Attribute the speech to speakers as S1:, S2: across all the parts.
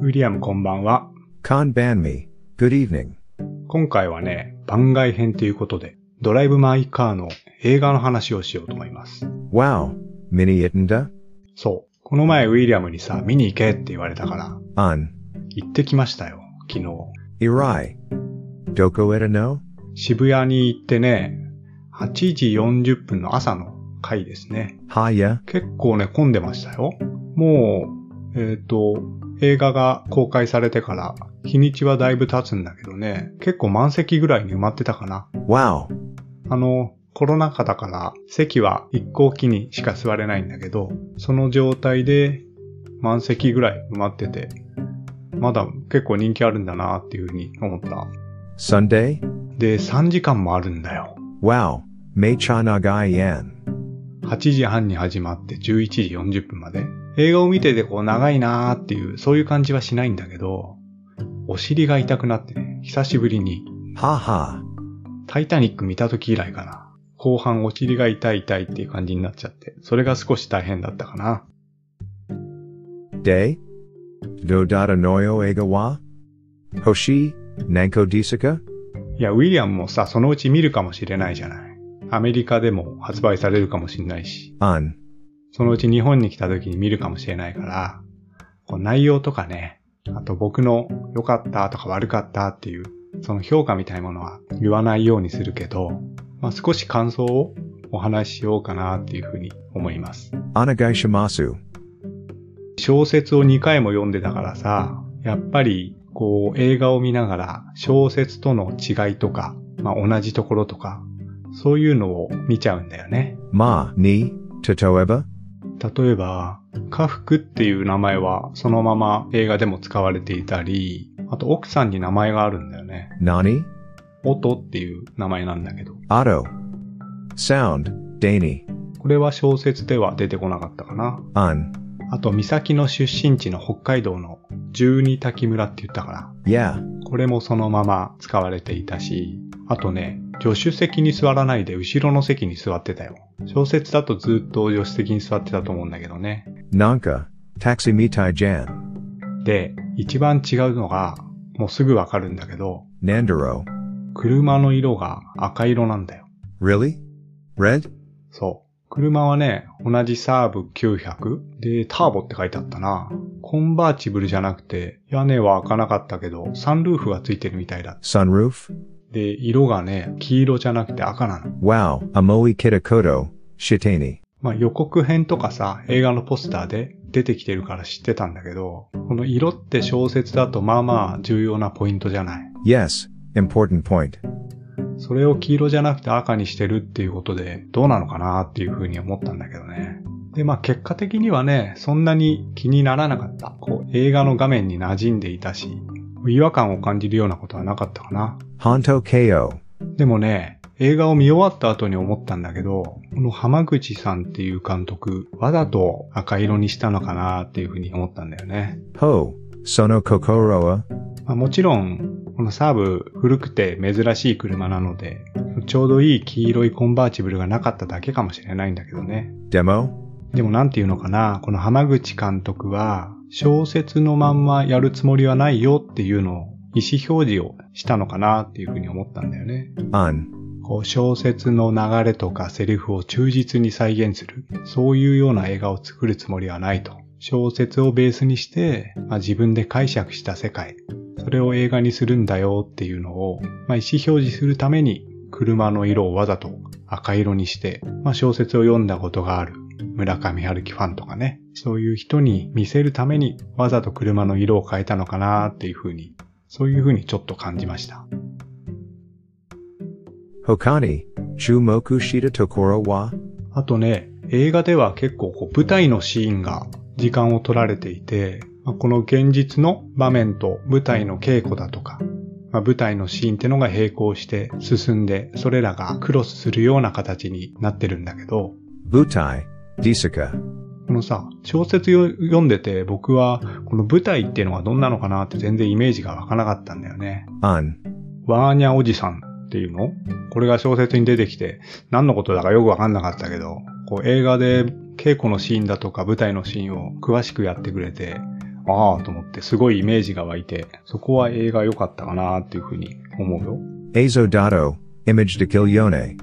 S1: ウィリアムこんばんは。
S2: Kanban me. Good evening.
S1: 今回はね、番外編ということで、ドライブマイカーの映画の話をしようと思います。
S2: Wow. Mini itinda?
S1: そう。この前ウィリアムにさ、見に行けって言われたから、
S2: An.
S1: 行ってきましたよ、昨日。
S2: Irai. Doko eta no?
S1: 渋谷に行ってね、8時40分の朝の回ですね。
S2: Haya.
S1: 結構ね、混んでましたよ。もう、えっ、と、映画が公開されてから、日にちはだいぶ経つんだけどね、結構満席ぐらいに埋まってたかな。
S2: Wow.
S1: あの、コロナ禍だから席は一向機にしか座れないんだけど、その状態で満席ぐらい埋まってて、まだ結構人気あるんだなっていうふうに思った。
S2: Sunday?
S1: で、3時間もあるんだよ。
S2: Wow. Mecha nagayan.
S1: 8時半に始まって11時40分まで。映画を見ててこう長いなーっていう、そういう感じはしないんだけど、お尻が痛くなってね、久しぶりに、
S2: Ha ha.
S1: タイタニック見た時以来かな。後半お尻が痛い痛いっていう感じになっちゃって、それが少し大変だったかな。
S2: Day? Dodata noyo ega wa? Hoshi? Nanko disaka?
S1: いや、ウィリアムもさ、そのうち見るかもしれないじゃない。アメリカでも発売されるかもしれないし、
S2: An.
S1: そのうち日本に来た時に見るかもしれないから、こう内容とかね、あと僕の良かったとか悪かったっていう、その評価みたいなものは言わないようにするけど、まあ、少し感想をお話ししようかなっていうふうに思います。
S2: Anagai shimasu.
S1: 小説を2回も読んでたからさ、やっぱり、こう、映画を見ながら、小説との違いとか、まあ、同じところとか、そういうのを見ちゃうんだよね。
S2: Ma ni totoeba?
S1: 例えば、家福っていう名前は、そのまま映画でも使われていたり、あと奥さんに名前があるんだよね。
S2: Nani?
S1: 音っていう名前なんだけど、
S2: Otto. Sound. Dani.
S1: これは小説では出てこなかったかな。
S2: An.
S1: あと、三崎の出身地の北海道の十二滝村って言ったから、
S2: Yeah.
S1: これもそのまま使われていたし、あとね、助手席に座らないで後ろの席に座ってたよ。小説だとずっと助手席に座ってたと思うんだけどね。
S2: Nanka, taxi mitai jan,
S1: で、一番違うのが、もうすぐわかるんだけど、
S2: Nandoro.
S1: 車の色が赤色なんだよ。
S2: Really? Red?
S1: そう。車はね、同じサーブ900で、ターボって書いてあったな。コンバーチブルじゃなくて、屋根は開かなかったけど、サンルーフがついてるみたいだ。
S2: Sunroof?
S1: で、色がね、黄色じゃなくて赤なの。
S2: Wow, Amoe Kitakoto, Shitani.
S1: まあ、予告編とかさ、映画のポスターで出てきてるから知ってたんだけど、この色って小説だとまあまあ重要なポイントじゃない。
S2: Yes, important point.
S1: それを黄色じゃなくて赤にしてるっていうことで、どうなのかなっていうふうに思ったんだけどね。で、まあ結果的にはね、そんなに気にならなかった。こう、映画の画面に馴染んでいたし、違和感を感じるようなことはなかったかな。
S2: Honto KO.
S1: でもね、映画を見終わった後に思ったんだけど、この浜口さんっていう監督、わざと赤色にしたのかなっていうふうに思ったんだよね。
S2: Ho, Sono Kokoroa.
S1: まあ、もちろん、このサーブ古くて珍しい車なので、ちょうどいい黄色いコンバーチブルがなかっただけかもしれないんだけどね。
S2: Demo?
S1: でもなんていうのかな、この浜口監督は、小説のまんまやるつもりはないよっていうのを意思表示をしたのかなっていうふうに思ったんだよね。
S2: An.
S1: こう小説の流れとかセリフを忠実に再現する。そういうような映画を作るつもりはないと。小説をベースにして、まあ、自分で解釈した世界。それを映画にするんだよっていうのを、まあ、意思表示するために、車の色をわざと赤色にして、まあ、小説を読んだことがある村上春樹ファンとかね、そういう人に見せるためにわざと車の色を変えたのかなっていうふうに、そういうふうにちょっと感じました。
S2: Hokani, Chumoku Shita Tokoro wa?
S1: あとね、映画では結構こう舞台のシーンが時間を取られていて、まあこの現実の場面と舞台の稽古だとか、まあ舞台のシーンってのが並行して進んで、それらがクロスするような形になってるんだけど、
S2: Butai, Disaka.
S1: このさ、小説を読んでて僕はこの舞台っていうのがどんなのかなって全然イメージが湧かなかったんだよね。
S2: An.
S1: ワーニャおじさんっていうのこれが小説に出てきて、何のことだかよくわかんなかったけど、こう映画で稽古のシーンだとか舞台のシーンを詳しくやってくれて、ああと思ってすごいイメージが湧いて、そこは映画良かったかなっていうふうに思うよ。
S2: Azo Dato, Image de Kilione.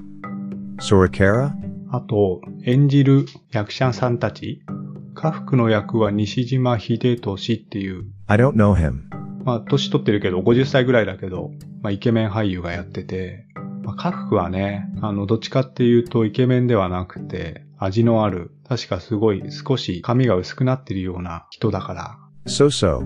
S2: Sorakara?
S1: あと、演じる役者さんたち、家福の役は西島秀俊っていう、
S2: I don't know him.
S1: まあ、年取ってるけど、50歳ぐらいだけど、まあ、イケメン俳優がやってて、まあ、家福はね、あの、どっちかっていうとイケメンではなくて、味のある、確かすごい少し髪が薄くなってるような人だから、
S2: So so.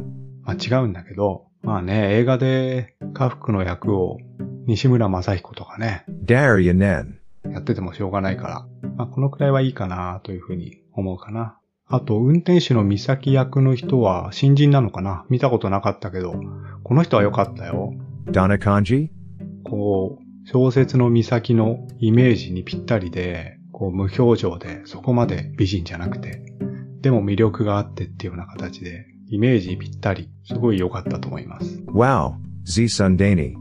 S1: まあ違うんだけど、まあね、映画で家福の役を西村正彦とかね、
S2: Darya Nen.
S1: やっててもしょうがないから、まあこのくらいはいいかなというふうに思うかな。あと、運転手の美咲役の人は新人なのかな見たことなかったけど、この人は良かったよ。
S2: Donna Kanji?
S1: こう、小説の美咲のイメージにぴったりで、こう無表情で、そこまで美人じゃなくて、でも魅力があってっていうような形で、イメージにぴったり、すごい良かったと思います。
S2: Wow. Z Sundani.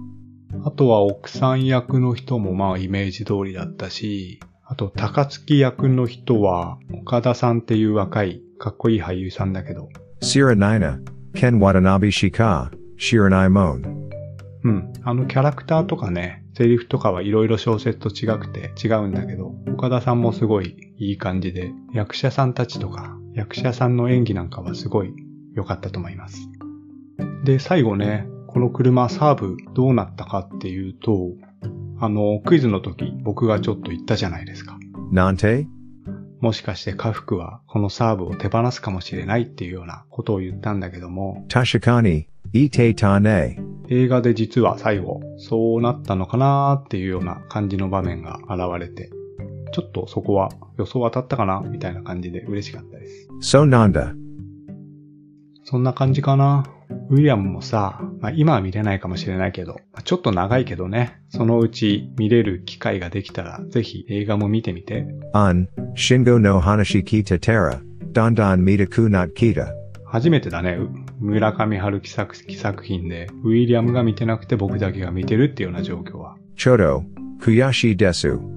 S1: あとは奥さん役の人もまあイメージ通りだったし、あと高槻役の人は岡田さんっていう若いかっこいい俳優さんだけど、
S2: Sira Nina. Ken Watanabe Shika. Shiranai Mon.
S1: うん、あのキャラクターとかね、セリフとかはいろいろ小説と違くて違うんだけど、岡田さんもすごいいい感じで、役者さんたちとか、役者さんの演技なんかはすごい良かったと思います。で、最後ね、この車サーブどうなったかっていうと、あの、クイズの時僕がちょっと言ったじゃないですか。
S2: Nante?
S1: もしかして家福はこのサーブを手放すかもしれないっていうようなことを言ったんだけども、
S2: Tashikani. Ite Tane.
S1: 映画で実は最後、そうなったのかなーっていうような感じの場面が現れて、ちょっとそこは予想当たったかなみたいな感じで嬉しかったです。
S2: So Nanda.
S1: そんな感じかな。ウィリアムもさ、まあ、今は見れないかもしれないけど、まあちょっと長いけどね、そのうち見れる機会ができたら、ぜひ映画も見てみて、
S2: An. Shingo no Hanashi Kita Tera. Dandan Mitaku not Kita.
S1: 初めてだね。う村上春樹作作品で、ウィリアムが見てなくて僕だけが見てるっていうような状況は。
S2: Chodo. Kuyashi Desu.